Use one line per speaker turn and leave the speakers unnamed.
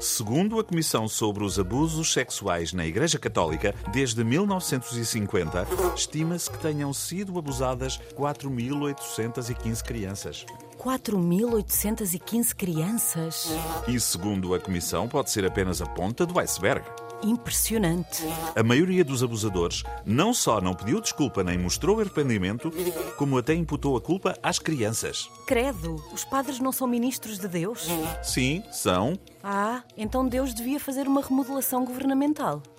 Segundo a Comissão sobre os Abusos Sexuais na Igreja Católica, desde 1950, estima-se que tenham sido abusadas 4.815 crianças.
4.815 crianças?
E segundo a Comissão, pode ser apenas a ponta do iceberg.
Impressionante.
A maioria dos abusadores não só não pediu desculpa nem mostrou arrependimento, como até imputou a culpa às crianças.
Credo, os padres não são ministros de Deus?
Sim, são.
Ah, então Deus devia fazer uma remodelação governamental.